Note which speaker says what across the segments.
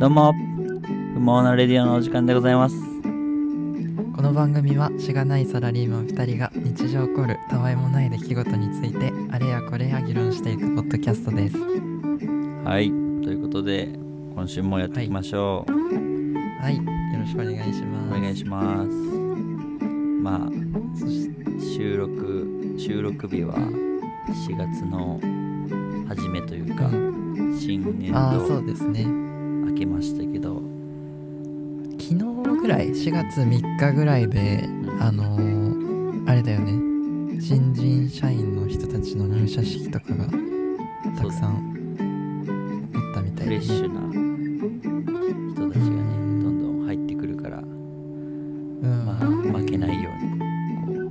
Speaker 1: どうも不毛なレディオのお時間でございます
Speaker 2: この番組はしがないサラリーマン2人が日常起こるたわいもない出来事についてあれやこれや議論していくポッドキャストです
Speaker 1: はいということで今週もやっていきましょう、
Speaker 2: はいよろしくお願いします
Speaker 1: お願いしますまあそし収録収録日は4月の初めというか、
Speaker 2: うん
Speaker 1: 新年
Speaker 2: ああそ
Speaker 1: 度
Speaker 2: うですね
Speaker 1: 明けましたけど
Speaker 2: 昨日ぐらい4月3日ぐらいで
Speaker 1: ん
Speaker 2: あのー、あれだよね新人社員の人たちの入社式とかがたくさんあったみたい
Speaker 1: フレッ
Speaker 2: で、
Speaker 1: シ
Speaker 2: ね、
Speaker 1: ュな人たちがね、
Speaker 2: うん
Speaker 1: どんどん入ってくるから、
Speaker 2: うん、
Speaker 1: まあ、負けないように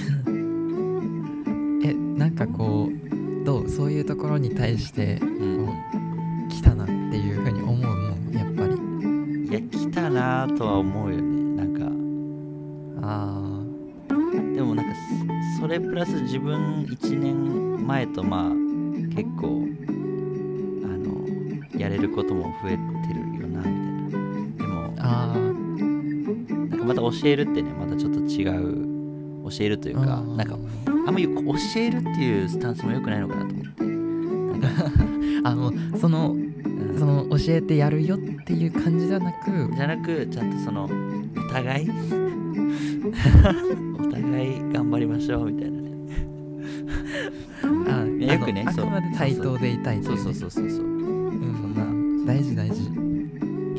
Speaker 1: こ
Speaker 2: えなんかこうどうそういうところに対して
Speaker 1: う、うん
Speaker 2: 来たなっていうふうに思うもんやっぱり
Speaker 1: いや来たなとは思うよねなんか
Speaker 2: あ
Speaker 1: でもなんかそそれプラス自分1年前とまあ結構あのやれることも増えてるよなみたいなでも
Speaker 2: ーあー
Speaker 1: なんかまた教えるってねまたちょっと違う教えるというか
Speaker 2: あー
Speaker 1: なんかあんまりこう教えるっていうスタンスも良くないのかなと思って
Speaker 2: あもうその
Speaker 1: うん
Speaker 2: その教えてやるよっていう感じじゃなく
Speaker 1: じゃなくちゃんとそのお互いお互い頑張りましょうみたいなね
Speaker 2: あ
Speaker 1: いやよくね
Speaker 2: あの
Speaker 1: そう
Speaker 2: あくまで対等でいたいと
Speaker 1: そ
Speaker 2: いううね
Speaker 1: そうそうそうそう
Speaker 2: うん
Speaker 1: そん
Speaker 2: 大事大事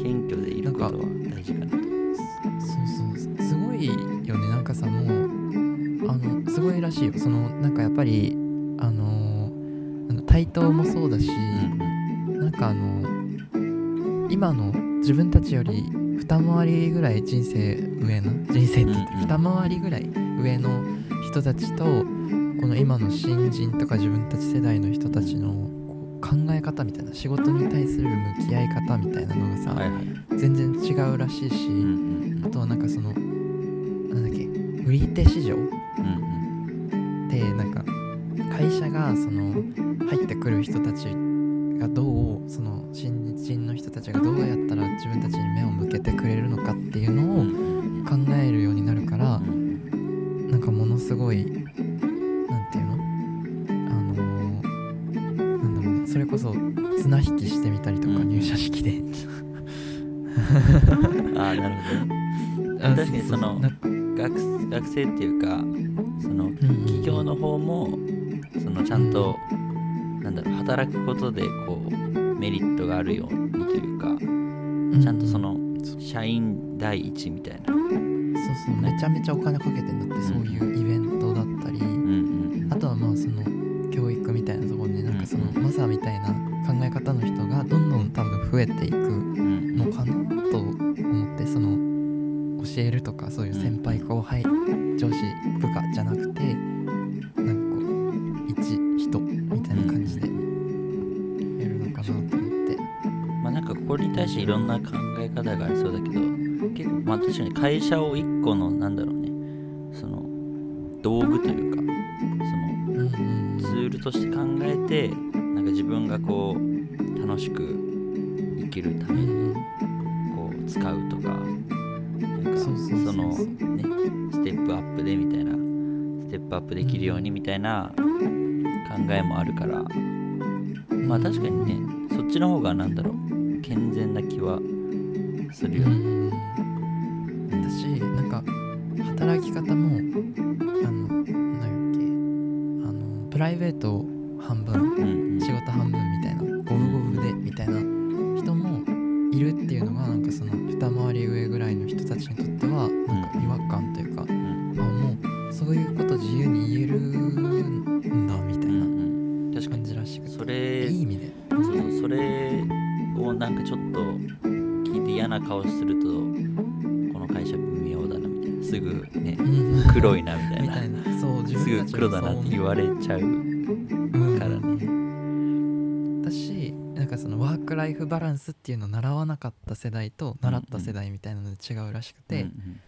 Speaker 1: 謙虚でいることは大事かなと思います
Speaker 2: そうそうすごいよねなんかさもうあのすごいらしいよそのなんかやっぱりあのーあの対等もそうだし、
Speaker 1: うん
Speaker 2: なんかあの今の自分たちより二回りぐらい人生上の人生
Speaker 1: う
Speaker 2: って言って
Speaker 1: んうん
Speaker 2: 二回りぐらい上の人たちとこの今の新人とか自分たち世代の人たちのこう考え方みたいな仕事に対する向き合い方みたいなのが
Speaker 1: う
Speaker 2: さ、
Speaker 1: んはいはい
Speaker 2: 全然違うらしいし、
Speaker 1: うん
Speaker 2: あとはなんかそのなんだっけ売り手市場
Speaker 1: うんうん
Speaker 2: でなんか会社がその入ってくる人たちがどうその新人の人たちがどうやったら自分たちに目を向けてくれるのかっていうの
Speaker 1: う
Speaker 2: を
Speaker 1: んうん
Speaker 2: 考えるようになるから
Speaker 1: うんうん
Speaker 2: なんかものすごいなんていうのあのーなんだろうねそれこそ綱引きしてみたりとか
Speaker 1: うん
Speaker 2: 入社式で
Speaker 1: うんああなるほど
Speaker 2: あ
Speaker 1: 確かに
Speaker 2: ううう
Speaker 1: その
Speaker 2: なんか
Speaker 1: 学学生っていうかその
Speaker 2: うんうん
Speaker 1: 企業の方もそのちゃんと、なんだろう働くことでこうメリットがあるようにというかちゃんとその社員第一みたいな、
Speaker 2: うんそうそうめちゃめちゃお金かけてんだってそういうイベントだったり、
Speaker 1: うんうん
Speaker 2: あとはまあその教育みたいなところでなんかその
Speaker 1: うん
Speaker 2: マサみたいな考え方の人がどんどん多分増えていく
Speaker 1: うんうん
Speaker 2: のかなと思ってその教えるとかそういう先輩後輩上司部下じゃなくてなんかこう一人みたいな感じでやるのかなと思って
Speaker 1: まあなんかここに対していろんな考え方がありそうだけど結構まあ確かに会社を一個のなんだろうねその道具というかその
Speaker 2: うんうん
Speaker 1: ツールとして考えてなんか自分がこう楽しく生きるた
Speaker 2: うん
Speaker 1: めに
Speaker 2: うん
Speaker 1: こう使うとかなんかそ
Speaker 2: そうそうそうそう
Speaker 1: のねステップアップでみたいなステップアップできるようにみたいな考えもあるからまあ確かにねそっちの方がなんだろう健全な気はするよ
Speaker 2: う
Speaker 1: ね。
Speaker 2: んだしなんか働き方もあのなんだっけあのプライベート半分
Speaker 1: うんうん
Speaker 2: 仕事半分みたいな五分五分でみたいな人もいるっていうのがなんかその二回り上ぐらいの人たちにとってはなんか違和感というか、
Speaker 1: ん
Speaker 2: あもうそういうこと自由に言えるんだみた
Speaker 1: う
Speaker 2: い
Speaker 1: んうん
Speaker 2: な
Speaker 1: 確か
Speaker 2: 感
Speaker 1: に
Speaker 2: じらしくて
Speaker 1: それ
Speaker 2: いい意味で
Speaker 1: そうそうそれをなんかちょっと聞いて嫌な顔するとこの会社微妙だなみたいなすぐね
Speaker 2: うん
Speaker 1: 黒いなみたい
Speaker 2: み
Speaker 1: な
Speaker 2: たいなそう自
Speaker 1: すぐ
Speaker 2: 分たちは
Speaker 1: 黒だなって言われちゃう
Speaker 2: そう思う
Speaker 1: から
Speaker 2: うん
Speaker 1: ね
Speaker 2: だしなんかそのワーク・ライフ・バランスっていうのを習わなかった世代と習った世代みたいなので違うらしくて、
Speaker 1: うん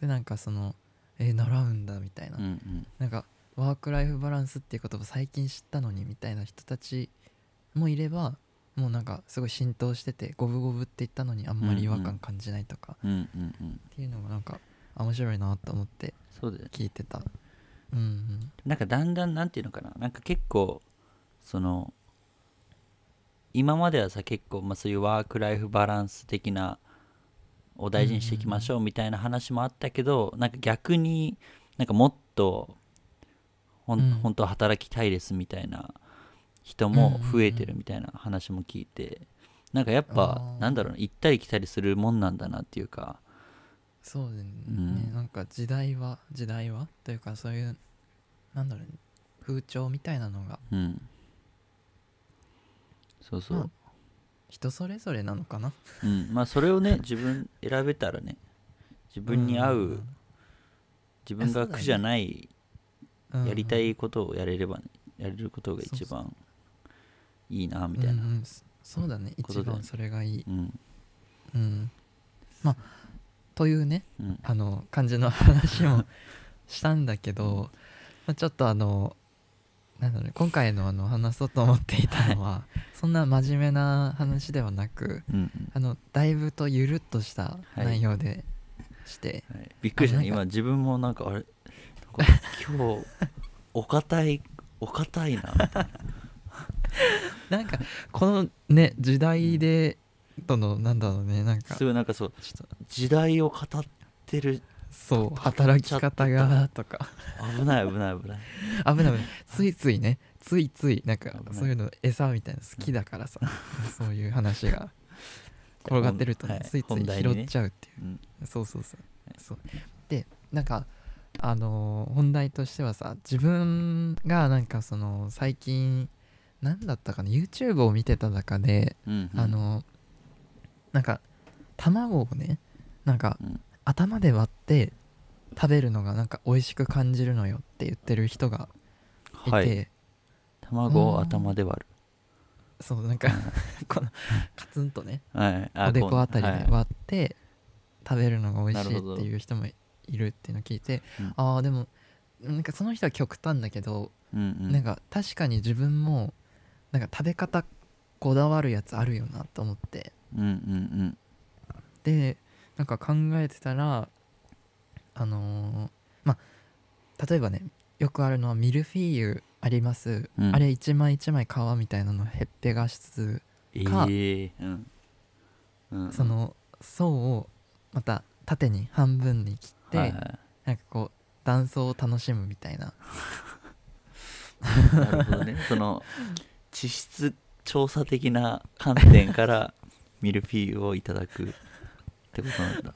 Speaker 2: でなんかそのえー習うんだみたいな、
Speaker 1: うんうん
Speaker 2: なんかワーク・ライフ・バランスっていう言葉最近知ったのにみたいな人たちもいればもうなんかすごい浸透してて五分五分って言ったのにあんまり違和感感じないとか
Speaker 1: うんうんうん
Speaker 2: っていうのがなんかあ面白いなと思って
Speaker 1: そうだよね
Speaker 2: 聞いてたうん
Speaker 1: なんかだんだんなんていうのかななんか結構その今まではさ結構、まあ、そういうワーク・ライフ・バランス的なを大事にしていきましょうみたいな話もあったけど、なんか逆になんかもっとほん、
Speaker 2: うん
Speaker 1: 本当は働きたいですみたいな人
Speaker 2: うんう
Speaker 1: も
Speaker 2: んうん
Speaker 1: 増えてるみたいな話も聞いて、なんかやっぱ
Speaker 2: あー
Speaker 1: なんだろうな行ったり来たりするもんなんだなっていうか
Speaker 2: そうだね、
Speaker 1: うん
Speaker 2: なんか時代は時代はというかそういうなんだろうね風潮みたいなのが
Speaker 1: うんそうそう、
Speaker 2: まあ人それぞれなのかな
Speaker 1: うん、まあそれをね自分選べたらね自分に合う自分が苦じゃない
Speaker 2: うん
Speaker 1: やりたいことをやれればねやれることが一番いいなみたい
Speaker 2: うん
Speaker 1: な
Speaker 2: うんそそうだね
Speaker 1: ことだよ
Speaker 2: 一
Speaker 1: ね
Speaker 2: 番それがいい、
Speaker 1: うん
Speaker 2: うん、まあというね
Speaker 1: うん
Speaker 2: あの感じの話 もしたんだけど、まあ、ちょっとあのなんだろうね今回のあの話そうと思っていたのはそんな真面目な話ではなく
Speaker 1: うんうん
Speaker 2: あのだいぶとゆるっとした
Speaker 1: はい
Speaker 2: 内容でして、
Speaker 1: はいびっくりしたね
Speaker 2: あなんか
Speaker 1: 今自分もなんかあれなんか今日お堅いお堅いなみたいな
Speaker 2: なんかこのね時代でとのなんだろうねなんか
Speaker 1: す
Speaker 2: ちょっ
Speaker 1: ごいなんかそう
Speaker 2: と
Speaker 1: 時代を語ってる
Speaker 2: そう働き方がとか
Speaker 1: 危ない危ない危ない
Speaker 2: 危ない危 ないついついねついついなんか
Speaker 1: 危ない
Speaker 2: そういうの餌みたいなの好きだからさ そういう 話が転がってるとね
Speaker 1: はい
Speaker 2: ついつ
Speaker 1: 本
Speaker 2: い
Speaker 1: 題に
Speaker 2: 拾
Speaker 1: ね
Speaker 2: っちゃうっていう
Speaker 1: うん
Speaker 2: そうそうそうそうでなんかあのー本題としてはさ自分がなんかその最近何だったかな YouTube を見てた中で
Speaker 1: うんうん
Speaker 2: あのーなんか卵をねなんか
Speaker 1: うん
Speaker 2: 頭で割って食べるのがなんか美味しく感じるのよって言ってる人がいて、
Speaker 1: はい卵
Speaker 2: う
Speaker 1: を
Speaker 2: ん
Speaker 1: 頭で割る
Speaker 2: そうなんかこのカツンとね
Speaker 1: はいあ
Speaker 2: おでこあたり
Speaker 1: は
Speaker 2: で
Speaker 1: い
Speaker 2: 割って食べるのが美味しい
Speaker 1: なるほど
Speaker 2: っていう人もいるっていうのを聞いて、
Speaker 1: うん
Speaker 2: ああでもなんかその人は極端だけど、
Speaker 1: うんうん
Speaker 2: なんか確かに自分もなんか食べ方こだわるやつあるよなと思って
Speaker 1: うんうん
Speaker 2: でなんか考えてたらあのーまあ例えばねよくあるのはミルフィーユあります、
Speaker 1: うん
Speaker 2: あれ一枚一枚皮みたいなのへっぺがしつつ
Speaker 1: うん
Speaker 2: か
Speaker 1: ええうんうん
Speaker 2: その層をまた縦に半分に切って、
Speaker 1: はいは
Speaker 2: なんかこう断層を楽しむみたいない
Speaker 1: なるほどね その地質調査的な観点 からミルフィーユをいただくってことなんだ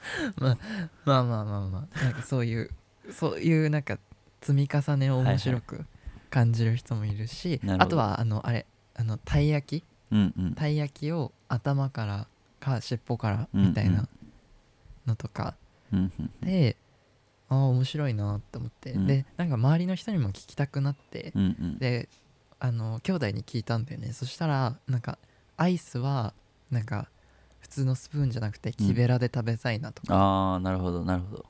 Speaker 2: まあまあまあまあなんかそういうそういうなんか積み重ねを面白く感じる人もいるし、
Speaker 1: なるほど
Speaker 2: あとはあのあれあのたい焼き
Speaker 1: うんうん
Speaker 2: たい焼きを頭からか尻尾からみたいなのとか
Speaker 1: うんうん
Speaker 2: で、ああ面白いなって思って、
Speaker 1: うん
Speaker 2: でなんか周りの人にも聞きたくなって、
Speaker 1: うんうん
Speaker 2: であの兄弟に聞いたんだよねそしたらなんかアイスはなんか普通のスプーンじゃなくて木べらで食べたいなとか、
Speaker 1: ああなるほどなるほど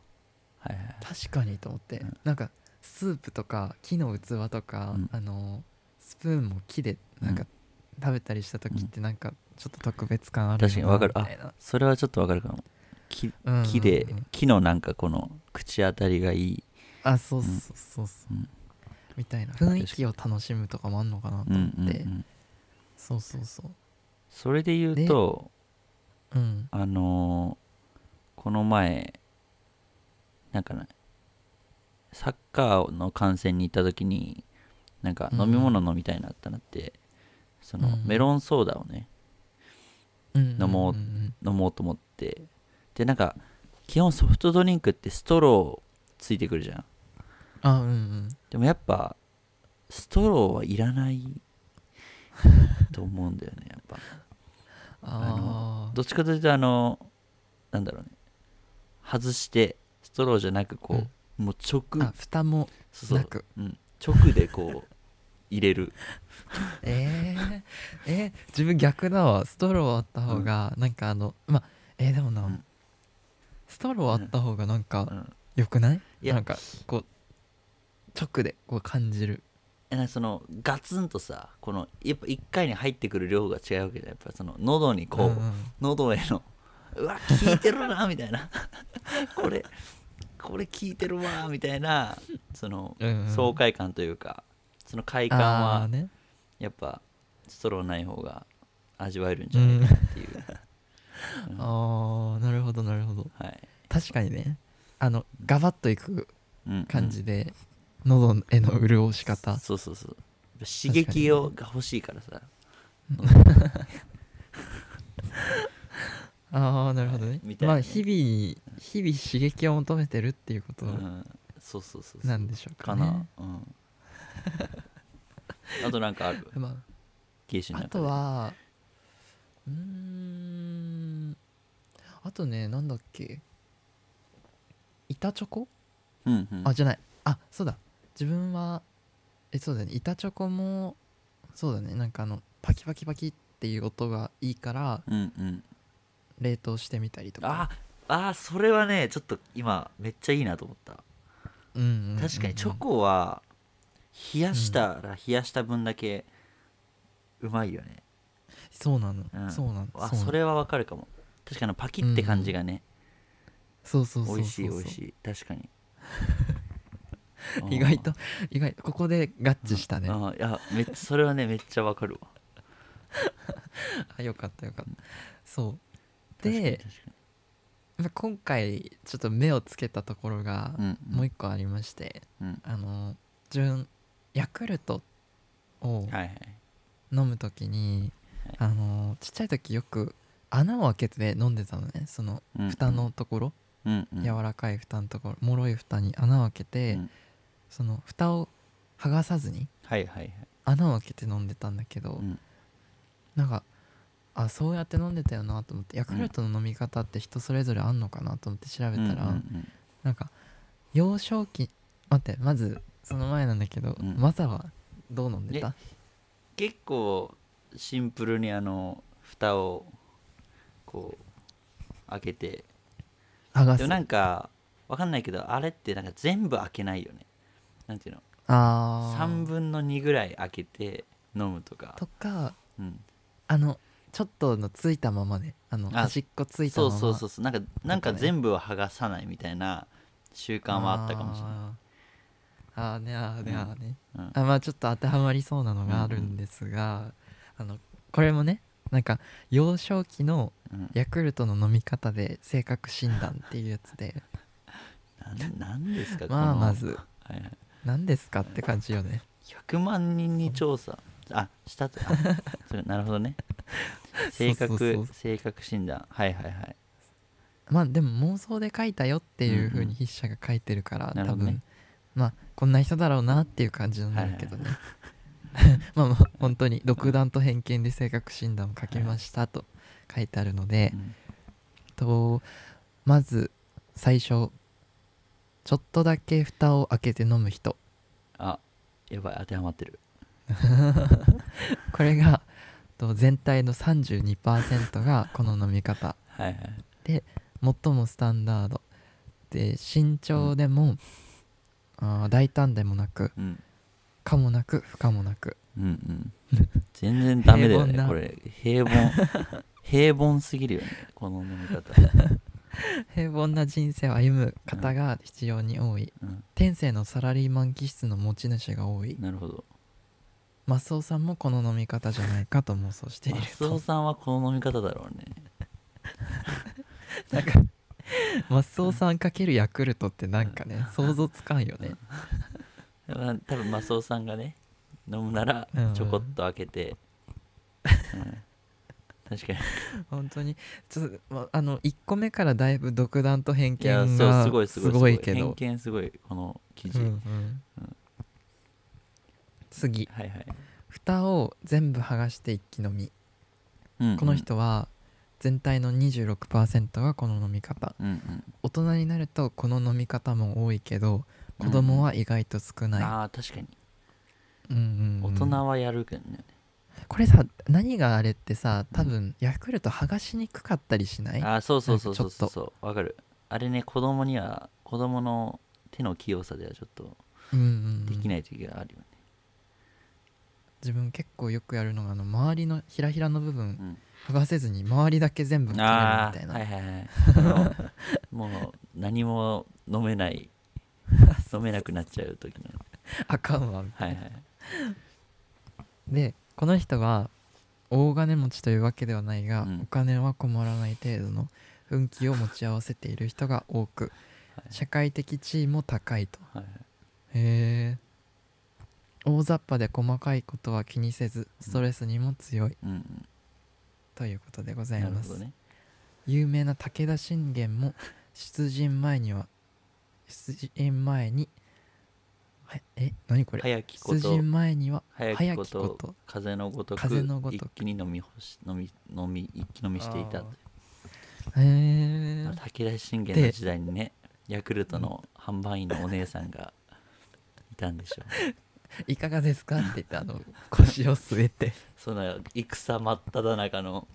Speaker 1: はいはい
Speaker 2: 確かにと思って、
Speaker 1: うん
Speaker 2: なんかスープとか木の器とか、
Speaker 1: うん
Speaker 2: あのスプーンも木でなんか食べたりした時ってなんかちょっと特別感あるよな
Speaker 1: 確かにわかるあ
Speaker 2: みたいな
Speaker 1: それはちょっとわかるかも木
Speaker 2: うんうんうん
Speaker 1: 木で木のなんかこの口当たりがいい
Speaker 2: あそうそうそうそう、
Speaker 1: うん
Speaker 2: みたいな雰囲気を楽しむとかもあんのかなと
Speaker 1: うんう
Speaker 2: 思って、
Speaker 1: んうん
Speaker 2: そうそうそう
Speaker 1: それで言うと
Speaker 2: うん
Speaker 1: あのーこの前なんかねサッカーの観戦に行った時になんか
Speaker 2: うん
Speaker 1: 飲み物飲みたいなってなって、その
Speaker 2: うん
Speaker 1: メロンソーダをね
Speaker 2: うん
Speaker 1: 飲もうん
Speaker 2: ん
Speaker 1: 飲もうと思ってでなんか基本ソフトドリンクってストローついてくるじゃん
Speaker 2: あうんうん
Speaker 1: でもやっぱストローはいらないと思うんだよねやっぱ
Speaker 2: あー
Speaker 1: どっちかというとあのなんだろうね外してストローじゃなくこう、もう直
Speaker 2: あ蓋も
Speaker 1: そうそう
Speaker 2: なく
Speaker 1: うん、直でこ う入れる
Speaker 2: えー、えー自分逆だわストローあった方がなんかあの、まあえー、でもな、
Speaker 1: うん
Speaker 2: ストローあった方がなん
Speaker 1: う
Speaker 2: か
Speaker 1: ん
Speaker 2: 良くない、
Speaker 1: いや
Speaker 2: なんかこう直でこう感じる
Speaker 1: えなんかそのガツンとさこのやっぱ1回に入ってくる量が違うわけじゃんやっぱその喉にこう、
Speaker 2: うんうん
Speaker 1: 喉へのうわ効いてるなみたいな これこれ効いてるわみたいなその
Speaker 2: うんうん
Speaker 1: 爽快感というかその快感
Speaker 2: ああ
Speaker 1: は
Speaker 2: ね
Speaker 1: やっぱストローない方が味わえるんじゃないかなっていう、うん
Speaker 2: ああなるほどなるほど
Speaker 1: はい、
Speaker 2: 確かにねあのガバッといく
Speaker 1: うんうん
Speaker 2: 感じで、喉への潤し方
Speaker 1: そうそうそうやっぱ刺激をが欲しいからさ
Speaker 2: ああなるほどね,、
Speaker 1: みたいな
Speaker 2: ま
Speaker 1: ね
Speaker 2: あ日々日々刺激を求めてるっていうこと
Speaker 1: うん、そうそうそうそう
Speaker 2: なんでしょうか
Speaker 1: か
Speaker 2: ね、
Speaker 1: な、うんあとなんかある
Speaker 2: ま
Speaker 1: ケイシ
Speaker 2: あ、
Speaker 1: の中
Speaker 2: あ
Speaker 1: で
Speaker 2: とはうーんあとねなんだっけ板チョコ
Speaker 1: うんうん
Speaker 2: あじゃないあそうだ自分はえそうだね板チョコもそうだねなんかあのパキパキパキっていう音がいいから
Speaker 1: うんうん
Speaker 2: 冷凍してみたりとか
Speaker 1: ああーそれはねちょっと今めっちゃいいなと思った
Speaker 2: うんうんうんうん
Speaker 1: 確かにチョコは冷やしたら冷やした分だけうまいよね
Speaker 2: そうなの、
Speaker 1: うん
Speaker 2: そうなの
Speaker 1: あ
Speaker 2: うなの
Speaker 1: それはわかるかも確かにパキって感じがね
Speaker 2: そうそうそうそう
Speaker 1: 美味しい美味
Speaker 2: い
Speaker 1: しい確か に
Speaker 2: 意外と意外ここで合致したね
Speaker 1: あーいやめっそれはねめっちゃわかるわ
Speaker 2: あよかったよかったそう
Speaker 1: 確かに
Speaker 2: で
Speaker 1: 確か
Speaker 2: まあ今回ちょっと目をつけたところが
Speaker 1: にん
Speaker 2: もう一個ありまして、
Speaker 1: うん
Speaker 2: あの自分ヤクルトを
Speaker 1: はいはい
Speaker 2: 飲む時に、
Speaker 1: はい
Speaker 2: あのちっちゃい時よく穴を開けて飲んでたのねその
Speaker 1: うん
Speaker 2: 蓋のところ、
Speaker 1: うんうん
Speaker 2: 柔らかい蓋のところもろい蓋に穴を開けて、
Speaker 1: うん
Speaker 2: その蓋を剥がさずに
Speaker 1: はいはいはい
Speaker 2: 穴を開けて飲んでたんだけど、
Speaker 1: うん
Speaker 2: なんかあそうやって飲んでたよなと思ってヤクルトの飲み方って人それぞれあんのかなと思って調
Speaker 1: う
Speaker 2: べたら、
Speaker 1: んうん
Speaker 2: なんか幼少期待ってまずその前なんだけど、
Speaker 1: うん
Speaker 2: マサはどう飲んでた
Speaker 1: 結構シンプルにあの蓋をこう開けて
Speaker 2: 剥が
Speaker 1: ですもなんかわかんないけどあれってなんか全部開けないよねなんていうの
Speaker 2: あー
Speaker 1: 3分の2ぐらい開けて飲むとか
Speaker 2: とか
Speaker 1: うん、
Speaker 2: あのちょっとのついたままねあの
Speaker 1: あ
Speaker 2: 端っこついた
Speaker 1: そ
Speaker 2: ま
Speaker 1: う
Speaker 2: ま
Speaker 1: そうそうそうなんかなんか
Speaker 2: ね
Speaker 1: 全部は剥がさないみたいな習慣はあったかもしれない
Speaker 2: あーあーねあーねあーね、
Speaker 1: うん
Speaker 2: あまあちょっと当てはまりそうなのがあるんですが、あのこれもねなんか幼少期の
Speaker 1: うん
Speaker 2: ヤクルトの飲み方で性格診断っていうやつ で
Speaker 1: なんなんですかこの
Speaker 2: まあまず
Speaker 1: はいはい
Speaker 2: 何ですかって感じよね
Speaker 1: 100万人に調査あしたとあそれなるほど ね性格
Speaker 2: そうそうそう
Speaker 1: 性格診断はいはいはい
Speaker 2: まあでも妄想で書いたよっていう風
Speaker 1: うんうん
Speaker 2: に筆者が書いてるから、
Speaker 1: なる
Speaker 2: 多
Speaker 1: ほど
Speaker 2: 分、
Speaker 1: ね
Speaker 2: まあこんな人だろうなっていう感じなんだけどね、 まあまあ本当に独断と偏見で性格診断を書きましたと書いてあるので、
Speaker 1: うん
Speaker 2: とまず最初ちょっとだけ蓋を開けて飲む人
Speaker 1: あやばい当てはまってる
Speaker 2: これがと全体の32%がこの飲み方
Speaker 1: はいはい
Speaker 2: 最もスタンダードで慎重でも、あー大胆でもなく
Speaker 1: うん
Speaker 2: 可もなく不可もなく
Speaker 1: うんうん 全然ダメだよ
Speaker 2: 平凡
Speaker 1: ね
Speaker 2: な
Speaker 1: これ平凡 平凡すぎるよねこの飲み方、
Speaker 2: 平凡な人生を歩む方が必要に多い
Speaker 1: うん、
Speaker 2: 天性のサラリーマン気質の持ち主が多い
Speaker 1: なるほど
Speaker 2: マスオさんもこの飲み方じゃないかと妄想している
Speaker 1: マスオさんはこの飲み方だろうね
Speaker 2: なんかマスオさんかけるヤクルトってなんかね想像つかんよね
Speaker 1: でも多分マスオさんがね飲むなら
Speaker 2: うん
Speaker 1: ちょこっと開け て、うん、確かに
Speaker 2: 本当にちょっと、ま、あの1個目からだいぶ独断と偏
Speaker 1: いや
Speaker 2: 見
Speaker 1: そう
Speaker 2: が
Speaker 1: すごい
Speaker 2: す
Speaker 1: すごい
Speaker 2: ごいけど
Speaker 1: 偏見すごいこの記事、
Speaker 2: うんうん
Speaker 1: うん
Speaker 2: 次
Speaker 1: はいはい、
Speaker 2: 蓋を全部剥がして一気飲み
Speaker 1: うんうん
Speaker 2: この、人は全体の26%がこの飲み方
Speaker 1: うんうん
Speaker 2: 大人になるとこの飲み方も多いけど子供は意外と少な
Speaker 1: ああ確かに
Speaker 2: い、うんうんう
Speaker 1: 大
Speaker 2: ん
Speaker 1: 人はやるけどね、
Speaker 2: これさ何があれってさ多分ヤクルト剥がしにくかったりしない
Speaker 1: ああそうそうそうそうそう
Speaker 2: な
Speaker 1: ん
Speaker 2: かち
Speaker 1: そうわかるあれね子供には子供の手の器用さではちょっと
Speaker 2: うんうんうん
Speaker 1: できない時があるよね、
Speaker 2: 自分結構よくやるのがあの周りのひらひらの部分
Speaker 1: うん
Speaker 2: 剥がせずに周りだけ全部詰める
Speaker 1: あ
Speaker 2: みたい
Speaker 1: あ
Speaker 2: な、
Speaker 1: はいはいはいあのもう何も飲め ない飲めなくなっちゃう時の
Speaker 2: あかんわみた
Speaker 1: は
Speaker 2: い
Speaker 1: いはい
Speaker 2: なでこの人は大金持ちというわけではないが、
Speaker 1: うん
Speaker 2: お金は困らない程度の運気を持ち合わせている人が多く、
Speaker 1: はい
Speaker 2: 社会的地位も高いと
Speaker 1: はい
Speaker 2: へえ大雑把で細かいことは気にせずストレスにも強い、
Speaker 1: うんうん
Speaker 2: ということでござい
Speaker 1: なる
Speaker 2: ま
Speaker 1: ほ
Speaker 2: す、
Speaker 1: どね
Speaker 2: 有名な武田信玄も出陣前には出陣前にはえ何これ
Speaker 1: 早きこ
Speaker 2: 出
Speaker 1: と
Speaker 2: 陣前には
Speaker 1: 早きこ
Speaker 2: 早きことと
Speaker 1: 風のごとく
Speaker 2: 風のごとく
Speaker 1: 一気に飲み干し飲み飲み一気飲みしていた
Speaker 2: あへえ
Speaker 1: 武田信玄の時代にねヤクルトの販売員のお姉さんがいたんでしょ う
Speaker 2: いかがですかって言ってあの 腰を据えて
Speaker 1: その戦真っ只中の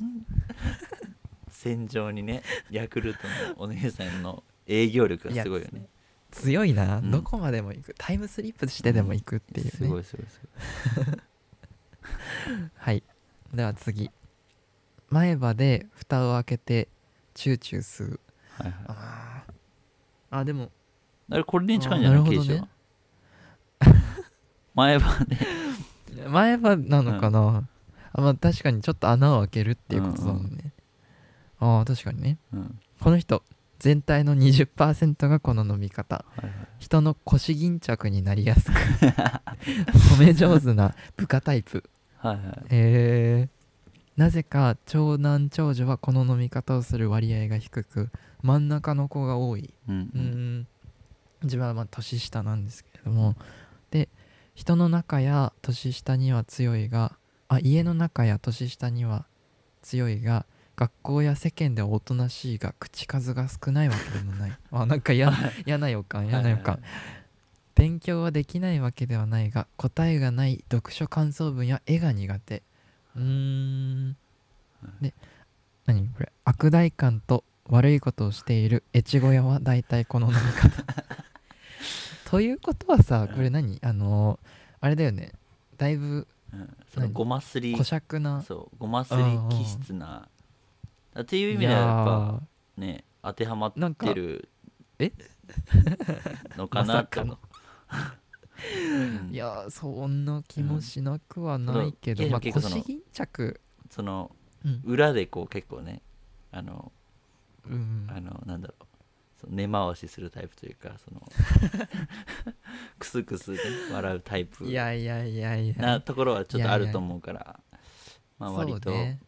Speaker 1: 戦場にねヤクルトのお姉さんの営業力がすごいよね
Speaker 2: 強いな、
Speaker 1: うん
Speaker 2: どこまでも行くタイムスリップしてでも行くっていうね、
Speaker 1: すごいすごいす
Speaker 2: はいでは次前歯で蓋を開けてチューチュー吸う
Speaker 1: ごい、はいはい、
Speaker 2: あーあでも
Speaker 1: あれこれに近いんじゃない
Speaker 2: あーなる
Speaker 1: ケ
Speaker 2: ほ
Speaker 1: イ
Speaker 2: ど
Speaker 1: ジ
Speaker 2: ね
Speaker 1: は前歯で
Speaker 2: 前歯なのかな、あまあ確かにちょっと穴を開けるっていうことだもんね、ああ確かにね
Speaker 1: うん
Speaker 2: この人全体の20%がこの飲み方
Speaker 1: はいはい
Speaker 2: 人の腰巾着になりやすく褒め上手な部下タイプ
Speaker 1: はいはい
Speaker 2: へえなぜか長男長女はこの飲み方をする割合が低く真ん中の子が多い
Speaker 1: うん
Speaker 2: うーん自分はまあ年下なんですけれどもで人の中や年下には強いがあ家の中や年下には強いが学校や世間ではおとなしいが口数が少ないわけでもない あなんか嫌嫌な予感嫌な予
Speaker 1: はいはい
Speaker 2: 感勉強はできないわけではないが答えがない読書感想文や絵が苦手うーんで何これ悪代感と悪いことをしている越後屋は大体この飲み 方ということはさこれ何あのあれだよねだいぶ
Speaker 1: うんそのごますり
Speaker 2: 古尺な
Speaker 1: そうごますり気質なあっていう意味ではやっぱ
Speaker 2: や
Speaker 1: ね当てはまっ
Speaker 2: なんか
Speaker 1: てる
Speaker 2: え
Speaker 1: のか
Speaker 2: ま
Speaker 1: な
Speaker 2: さ
Speaker 1: と
Speaker 2: かの
Speaker 1: うん
Speaker 2: いやーそんな気もしなくはないけど、
Speaker 1: うん
Speaker 2: まあ
Speaker 1: いやいや結構その
Speaker 2: 腰巾着
Speaker 1: その
Speaker 2: うん、
Speaker 1: 裏でこう結構ねあの
Speaker 2: うん
Speaker 1: あのなんだろうその根回しするタイプというかそ のクスクス、ね、笑うタイプ
Speaker 2: いやいやいやいや
Speaker 1: なところはちょっ
Speaker 2: い
Speaker 1: と
Speaker 2: や
Speaker 1: あ
Speaker 2: いや
Speaker 1: ると思うからまあ割と
Speaker 2: そうね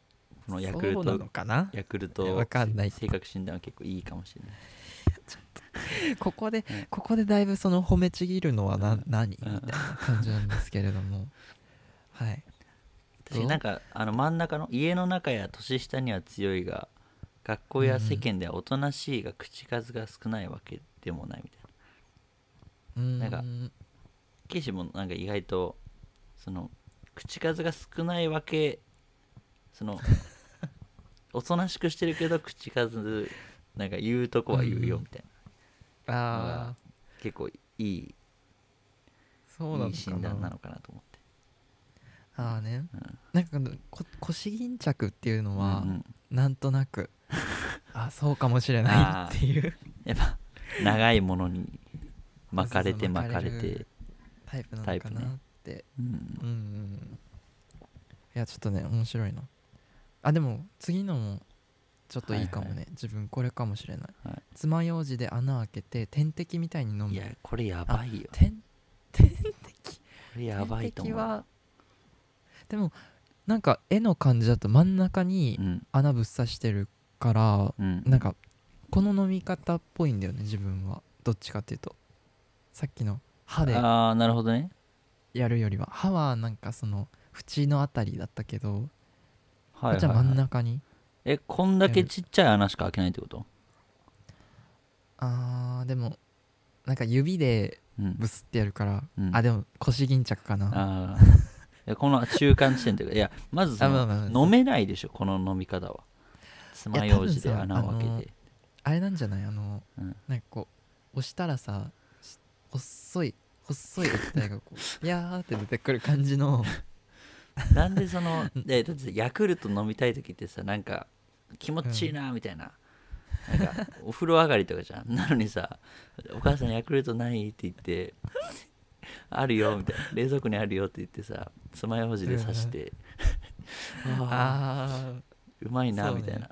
Speaker 1: このヤクル
Speaker 2: そうな
Speaker 1: ト
Speaker 2: のかな
Speaker 1: ヤクル
Speaker 2: いや
Speaker 1: ト
Speaker 2: わかんない
Speaker 1: 性格診断は結構いいかもしれない
Speaker 2: ここで
Speaker 1: うん
Speaker 2: ここでだいぶその褒めちぎるのはな、
Speaker 1: うん
Speaker 2: 何みた
Speaker 1: う
Speaker 2: い
Speaker 1: ん
Speaker 2: な感じなんですけれ どもはい
Speaker 1: 私なんかあの真ん中の家の中や年下には強いが学校や世間ではおとなしいが口数が少ないわけでもないみたいな
Speaker 2: うーん
Speaker 1: なんかケシもなんか意外とその口数が少ないわけそ のおとなしくしてるけど口数なんか言うとこは言うよみたいなのが
Speaker 2: ああ
Speaker 1: 結構いい
Speaker 2: そうないの
Speaker 1: い
Speaker 2: か
Speaker 1: 診
Speaker 2: な
Speaker 1: 断なのかなと思って
Speaker 2: ああね、
Speaker 1: うん
Speaker 2: なんかあのこ腰巾着っていうのは、
Speaker 1: うんうん
Speaker 2: なんとな くあそうかもしれないっていう
Speaker 1: やっぱ長いものに巻かれて
Speaker 2: そうそう
Speaker 1: 巻
Speaker 2: 巻
Speaker 1: か
Speaker 2: か
Speaker 1: れ
Speaker 2: れ
Speaker 1: て
Speaker 2: るタイプなのかなって、
Speaker 1: うん
Speaker 2: うんうんうんいやちょっとね面白いなあでも次のもちょっといいかもね、
Speaker 1: はい
Speaker 2: 自分これかもしれない、
Speaker 1: はい
Speaker 2: 爪楊枝で穴開けて点滴みたいに飲む
Speaker 1: いやこれやばいよ
Speaker 2: 点点滴
Speaker 1: これやばいと
Speaker 2: 点滴
Speaker 1: 思う
Speaker 2: はでもなんか絵の感じだと真ん中に
Speaker 1: うん
Speaker 2: 穴ぶっ刺してるから、
Speaker 1: うん
Speaker 2: なんかこの飲み方っぽいんだよね自分はどっちかっていうとさっきの歯で
Speaker 1: ああなるほどね
Speaker 2: やるよりは歯はなんかその縁のあたりだったけど、
Speaker 1: はい
Speaker 2: じゃあ
Speaker 1: はいは
Speaker 2: 真
Speaker 1: い
Speaker 2: ん中に
Speaker 1: えこんだけちっちゃい穴しか開けないってこと
Speaker 2: あーでもなんか指で
Speaker 1: うん
Speaker 2: ブスってやるから、
Speaker 1: うん
Speaker 2: あでも腰巾着かな
Speaker 1: あーい やこの中間地点というかいやまずそ
Speaker 2: あまあまあ
Speaker 1: の飲めないでしょこの飲み方は爪楊枝で穴を開け
Speaker 2: いや多分
Speaker 1: て
Speaker 2: あれなんじゃないあの、
Speaker 1: うん
Speaker 2: なんかこう押したらさ し細い細い液体がこうビャーって出てくる感じの
Speaker 1: なんでその えだってヤクルト飲みたい時ってさなんか気持ちいいなみたいな,、なんかお風呂上がりとかじゃんなのにさ「お母さんヤクルトない?」って言って「あるよ」みたいな「冷蔵庫にあるよ」って言ってさ爪楊枝で刺して「 ああ
Speaker 2: ああ
Speaker 1: うまいな」
Speaker 2: そう
Speaker 1: み
Speaker 2: ね
Speaker 1: たいな、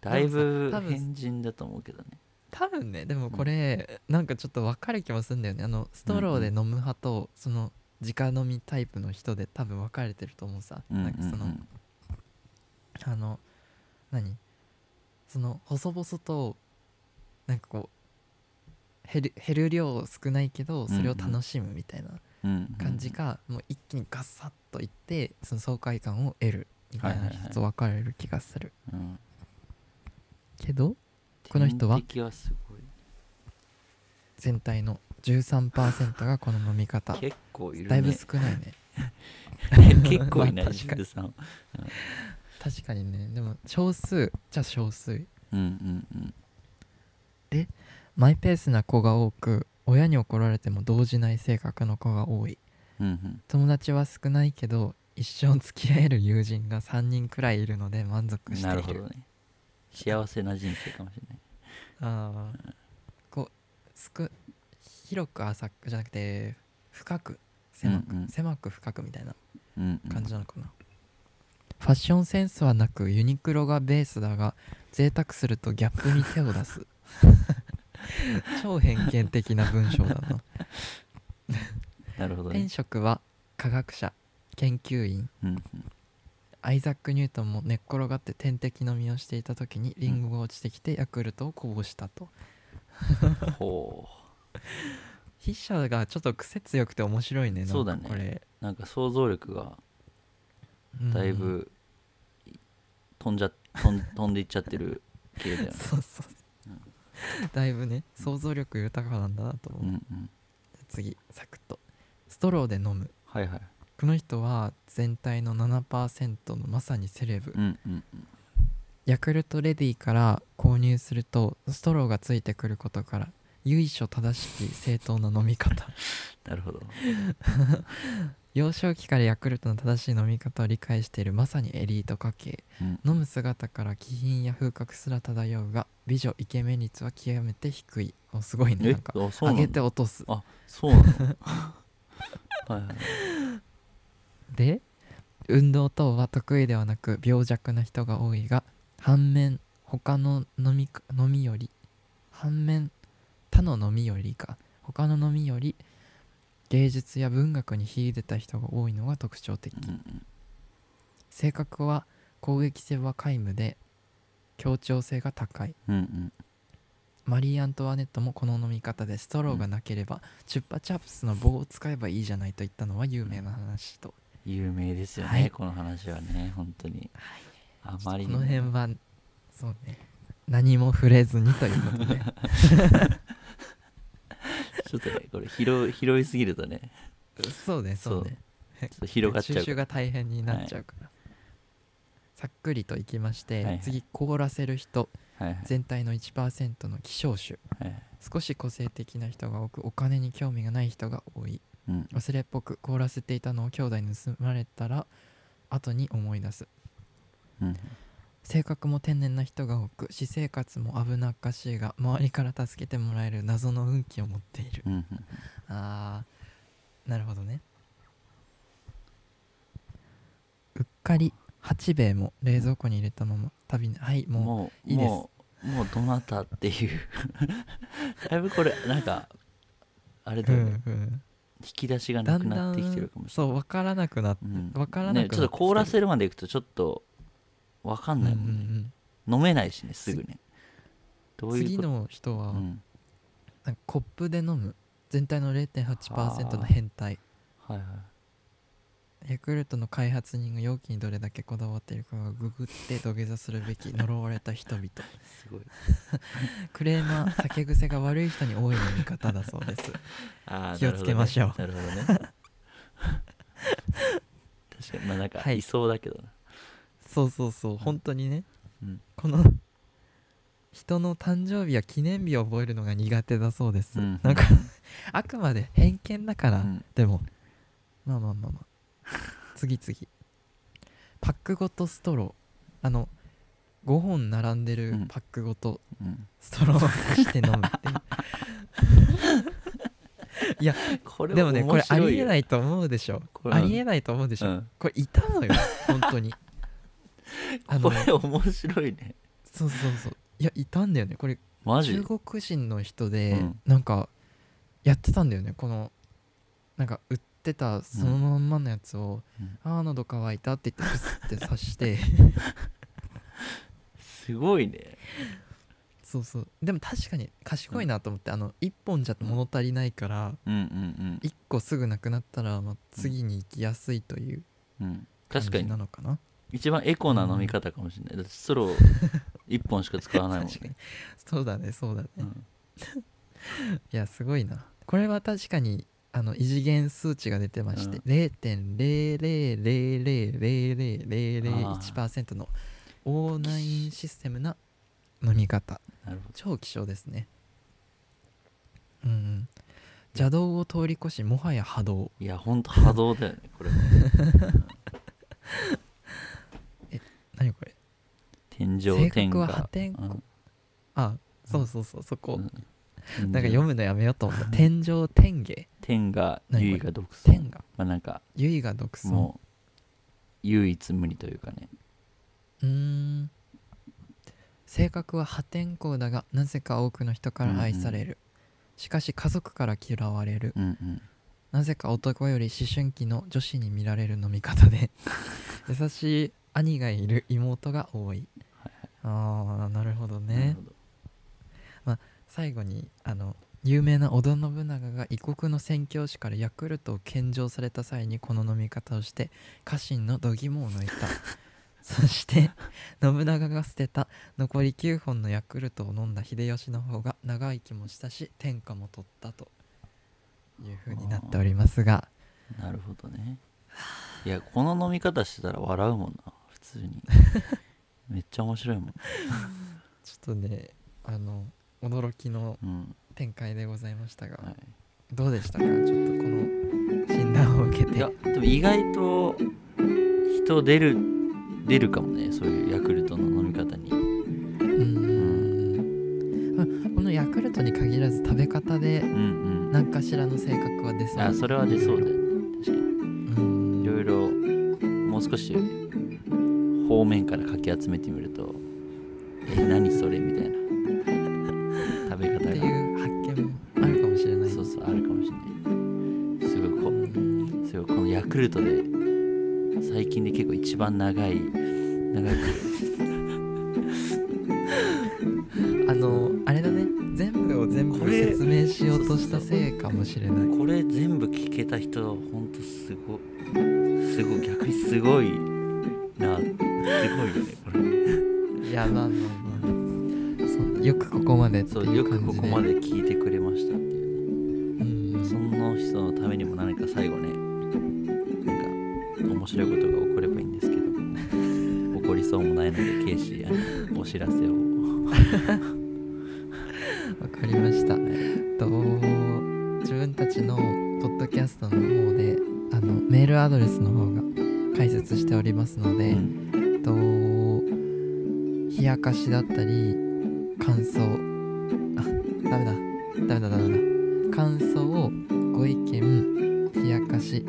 Speaker 1: だいぶ
Speaker 2: でもさ多分
Speaker 1: 変人だと思うけどね
Speaker 2: 多分ねでもこれ、なんかちょっと分かる気もするんだよねあのストローで飲む派とその直飲みタイプの人で多分分かれてると思うさ、
Speaker 1: うんうん
Speaker 2: なんかその
Speaker 1: うん
Speaker 2: あの何その細々となんかこう減る減る量少ないけどそれを楽しむみたいな
Speaker 1: うん
Speaker 2: 感じか、もう一気にガッサッといってその爽快感を得るみた
Speaker 1: は
Speaker 2: い
Speaker 1: い
Speaker 2: な
Speaker 1: はいはい
Speaker 2: 人と分かれる気がする、
Speaker 1: うん
Speaker 2: けどこの人は
Speaker 1: 天敵はすごい
Speaker 2: 全体の13%がこの飲み方
Speaker 1: 結構いるね
Speaker 2: だいぶ少ないね
Speaker 1: 結構いない
Speaker 2: まあ確かに
Speaker 1: 13
Speaker 2: 確かにねでも少数じゃ少数
Speaker 1: うんうんうん
Speaker 2: マイペースな子が多く親に怒られても動じない性格の子が多い
Speaker 1: うんうん
Speaker 2: 友達は少ないけど一生付き合える友人が3人くらいいるので満足してい
Speaker 1: な
Speaker 2: る
Speaker 1: るほどね幸せな人生かもしれない
Speaker 2: ああこうすく広く浅くじゃなくて深く狭く、
Speaker 1: うんうん
Speaker 2: 狭く深くみたいな
Speaker 1: うん、
Speaker 2: 感じなのかな、ファッションセンスはなくユニクロがベースだが贅沢するとギャップに手を 出す超偏見的な文章だ な
Speaker 1: なるほどね
Speaker 2: 天、職は科学者研究員
Speaker 1: うんうん、
Speaker 2: アイザック・ニュートンも寝っ転がって点滴飲みをしていた時にリンゴが落ちてきてヤクルトをこぼしたと
Speaker 1: ほ
Speaker 2: 筆者がちょっと癖強くて面白いねなんか
Speaker 1: そうだね
Speaker 2: これ
Speaker 1: うなんか想像力がだい
Speaker 2: うん
Speaker 1: ぶ飛んじゃ飛ん飛んでいっちゃってる系だよね
Speaker 2: そうそう
Speaker 1: うん
Speaker 2: だいぶね想像力豊かなんだなと
Speaker 1: う
Speaker 2: 思う、
Speaker 1: んうん
Speaker 2: 次サクッとストローで飲む
Speaker 1: はいはい
Speaker 2: この人は全体の7%のまさにセレブ、
Speaker 1: うんうんうん
Speaker 2: ヤクルトレディから購入するとストローがついてくることから由緒正しき正当な飲み方
Speaker 1: なるほど
Speaker 2: 幼少期からヤクルトの正しい飲み方を理解しているまさにエリート家系
Speaker 1: うん
Speaker 2: 飲む姿から気品や風格すら漂うが美女イケメン率は極めて低いおすごいね
Speaker 1: え
Speaker 2: なんか
Speaker 1: あそう
Speaker 2: 上
Speaker 1: な
Speaker 2: げ
Speaker 1: ん
Speaker 2: て
Speaker 1: だ
Speaker 2: 落とす
Speaker 1: あそう なのはいはい
Speaker 2: で運動等は得意ではなく病弱な人が多いが反面他の飲み飲みより反面他の飲みよりか他の飲みより芸術や文学に秀でた人が多いのが特徴的
Speaker 1: うんうん
Speaker 2: 性格は攻撃性は皆無で協調性が高い
Speaker 1: うんうん
Speaker 2: マリー・アントワネットもこの飲み方でストローがなければ、チュッパチャップスの棒を使えばいいじゃないと言ったのは有名な話と
Speaker 1: 有名ですよね、
Speaker 2: はい
Speaker 1: この話はね本当に、あまり
Speaker 2: こ
Speaker 1: に
Speaker 2: の
Speaker 1: も
Speaker 2: 辺はそうね何も触れずにということで
Speaker 1: ちょっとねこれ拾い拾いすぎるとね
Speaker 2: そうねそうね
Speaker 1: ちょっと広がっちゃう
Speaker 2: 収
Speaker 1: か
Speaker 2: 集
Speaker 1: ら
Speaker 2: が大変になっちゃうから、さっくりといきまして、
Speaker 1: はいはい
Speaker 2: 次凍らせる人
Speaker 1: はいはい
Speaker 2: 全体の1%の希少種
Speaker 1: はいはい
Speaker 2: 少し個性的な人が多くお金に興味がない人が多い
Speaker 1: うん
Speaker 2: 忘れっぽく凍らせていたのを兄弟に盗まれたら後に思い出す
Speaker 1: うん
Speaker 2: 性格も天然な人が多く私生活も危なっかしいが周りから助けてもらえる謎の運気を持っている
Speaker 1: うんうん
Speaker 2: あーなるほどねうっかり八兵衛も冷蔵庫に入れたまま旅にはいもう
Speaker 1: もう
Speaker 2: いいです
Speaker 1: もうもうどなたっていう だいぶこれなんかあれだよね、
Speaker 2: うんうん
Speaker 1: 引き出しが
Speaker 2: だ
Speaker 1: なく
Speaker 2: んだ
Speaker 1: なってきてる
Speaker 2: ん
Speaker 1: かもし
Speaker 2: そう分からなくなって
Speaker 1: れない、うん、
Speaker 2: わからなくなってき
Speaker 1: ね、
Speaker 2: て
Speaker 1: ち
Speaker 2: る
Speaker 1: ょっと凍らせるまでいくとちょっとわかんないもんね、
Speaker 2: うん
Speaker 1: 飲めないしねすぐねど
Speaker 2: うん
Speaker 1: う
Speaker 2: うん、
Speaker 1: いう
Speaker 2: 次
Speaker 1: こと
Speaker 2: の人は、
Speaker 1: うん
Speaker 2: なんかコップで飲む全体の0.8%の変態
Speaker 1: はいはい
Speaker 2: ヤクルトの開発人が容器にどれだけこだわっているかがググって土下座するべき呪われた 人々
Speaker 1: すごい
Speaker 2: クレーマー酒癖が悪い人に多い飲み方だそう です
Speaker 1: あー
Speaker 2: 気をつけましょう
Speaker 1: なるほど ねなるほどね確かにまあなんか
Speaker 2: はい
Speaker 1: いそうだけどな、
Speaker 2: そうそうそう本当にね、
Speaker 1: うん
Speaker 2: この人の誕生日や記念日を覚えるのが苦手だそうです、
Speaker 1: うん
Speaker 2: なんかあくまで偏見だから、
Speaker 1: うん
Speaker 2: でもまあまあまあまあ次々パックごとストローあの5本並んで
Speaker 1: う
Speaker 2: る
Speaker 1: ん
Speaker 2: パックごと
Speaker 1: うん、
Speaker 2: ストローを刺して飲む っていういや
Speaker 1: これ
Speaker 2: でもねこれありえないいと思うでしょ
Speaker 1: これ
Speaker 2: ありえないと思うでし
Speaker 1: う
Speaker 2: ょ、
Speaker 1: ん、
Speaker 2: これいたのよ本当 にあ
Speaker 1: こ
Speaker 2: の
Speaker 1: れ面白いね
Speaker 2: そうそうそういやいたんだよねこれ
Speaker 1: マジ
Speaker 2: 中国人の人で、
Speaker 1: うん
Speaker 2: なんかやってたんだよねこのなんか売ってたそのまんまのやつを「
Speaker 1: うん
Speaker 2: ああ喉乾いた」って言ってプスって刺して
Speaker 1: すごいね
Speaker 2: そうそうでも確かに賢いなと思って、あの1本じゃ物足りないから
Speaker 1: うんうん
Speaker 2: 1個すぐなくなったら、まあ、次に行きやすいという
Speaker 1: うんうん
Speaker 2: 感
Speaker 1: 確か
Speaker 2: じ
Speaker 1: に
Speaker 2: なのかな
Speaker 1: 一番エコな飲み方かもしれないだってストロ ー一本しか使わないもん
Speaker 2: 確か
Speaker 1: ね
Speaker 2: にそうだねそうだね、
Speaker 1: う
Speaker 2: い
Speaker 1: ん
Speaker 2: やすごいなこれは確かにあの異次元数値が出てまして、
Speaker 1: うん
Speaker 2: 0.0000001%のオーナインシステムな飲み方
Speaker 1: なるほど
Speaker 2: 超希少ですねうんうん邪道を通り越しもはや波動
Speaker 1: いやほんと波動だよねこれは
Speaker 2: 何これ
Speaker 1: 天
Speaker 2: 性
Speaker 1: 上天
Speaker 2: 格は
Speaker 1: 下
Speaker 2: 破天荒、
Speaker 1: うん
Speaker 2: あそうそうそうそ
Speaker 1: う
Speaker 2: こ、
Speaker 1: ん
Speaker 2: なんか読むのやめようと 思った天上天下
Speaker 1: 天が
Speaker 2: 何これ
Speaker 1: 唯が独
Speaker 2: 天
Speaker 1: 尊
Speaker 2: が
Speaker 1: まあなんか
Speaker 2: 唯が独尊
Speaker 1: もう唯一無二というかね
Speaker 2: うーん性格は破天荒だがなぜか多くの人から愛される、しかし家族から嫌われる
Speaker 1: うんうん
Speaker 2: なぜか男より思春期の女子に見られる飲み方 で優しい兄がいる妹が多いああなるほど
Speaker 1: なる
Speaker 2: ね
Speaker 1: ほど
Speaker 2: 最後にあの有名な織田信長が異国の宣教師からヤクルトを献上された際にこの飲み方をして家臣の度肝を抜いたそして信長が捨てた残り9本のヤクルトを飲んだ秀吉の方が長生きもしたし天下も取ったという風になっておりますが
Speaker 1: なるほどねいやこの飲み方してたら笑うもんな普通 にめっちゃ面白いもん、
Speaker 2: ちょっとねあの驚きの
Speaker 1: うん
Speaker 2: 展開でございましたが、
Speaker 1: は
Speaker 2: どうでしたかちょっとこの診断を受け
Speaker 1: い、
Speaker 2: て
Speaker 1: いやでも意外と人出る出るかもねそういうヤクルトの飲み方に
Speaker 2: うーん、まあ、このヤクルトに限らず食べ方で
Speaker 1: うんうん
Speaker 2: 何かしらの性格は出そう
Speaker 1: あそれは出そうだよね確かに
Speaker 2: う
Speaker 1: いろい
Speaker 2: ん
Speaker 1: ろもう少し方面からかき集めてみるとえ何それみたい な食べ
Speaker 2: って
Speaker 1: 方が
Speaker 2: いう発見もあるかもしれない
Speaker 1: そうそうあるかもしれないすごいこ
Speaker 2: うん
Speaker 1: すごいこのヤクルトで最近で結構一番長い長く
Speaker 2: あのあれだね全部を全
Speaker 1: こ
Speaker 2: 部
Speaker 1: れ
Speaker 2: 説明しようとしたせいかもしれない
Speaker 1: これ全部聞けた人はほんとすごすごい逆にすごいなすごいよねこれ
Speaker 2: いやまあまあまあそうよくここまでってい
Speaker 1: そうよ
Speaker 2: う感
Speaker 1: く
Speaker 2: じで
Speaker 1: ここまで聞いてくれましたっていう
Speaker 2: うん
Speaker 1: その人のためにも何か最後ねなんか面白いことが起こればいいんですけど起こりそうもないのでケイシーあのお知らせを
Speaker 2: わかりました。えっと自分たちのポッドキャストの方であのメールアドレスの方が解説しておりますので、
Speaker 1: うん
Speaker 2: えっと冷やかしだったり感想あダメだダメだダメだ感想をご意見冷やかし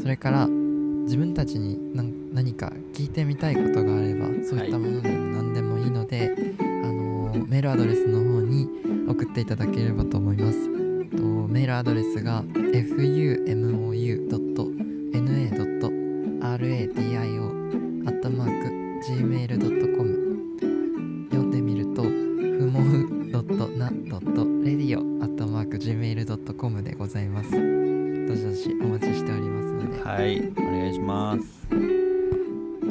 Speaker 2: それから自分たちに何何か聞いてみたいことがあればそういったものでも何でもいいので、あのメールアドレスの方に送っていただければと思います。えっとメールアドレスが fumou.na.radio アットマーク gmail.com 読んでみるとふもふ .na.radio アットマーク gmail.com でございますどしどしお待ちしておりますので
Speaker 1: はいお願いします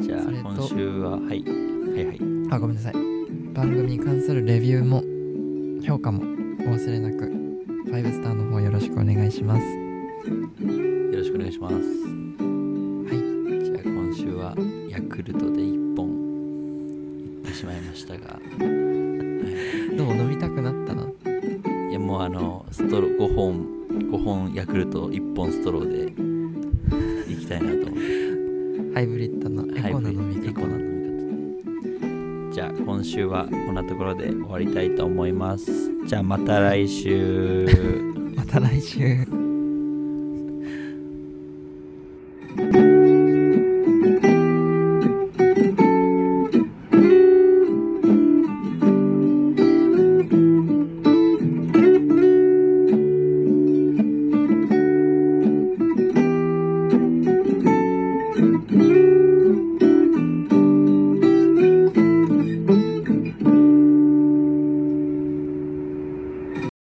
Speaker 1: じゃあ
Speaker 2: それと
Speaker 1: 今週ははいはいはい
Speaker 2: あごめんなさい番組に関するレビューも評価もお忘れなく5スターの方よろしくお願いします
Speaker 1: よろしくお願いします
Speaker 2: はい
Speaker 1: じゃあ今週はヤクルトで1本いってしまいましたが
Speaker 2: どう飲みたくなった
Speaker 1: いやもうあのストロー5本5本ヤクルト1本ストローでいきたいなと思って
Speaker 2: はハイブリッドなエコな飲み
Speaker 1: ハイブリッドエコ
Speaker 2: 方
Speaker 1: な飲み方じゃあ今週はこんなところで終わりたいと思いますじゃあまた来週
Speaker 2: また来週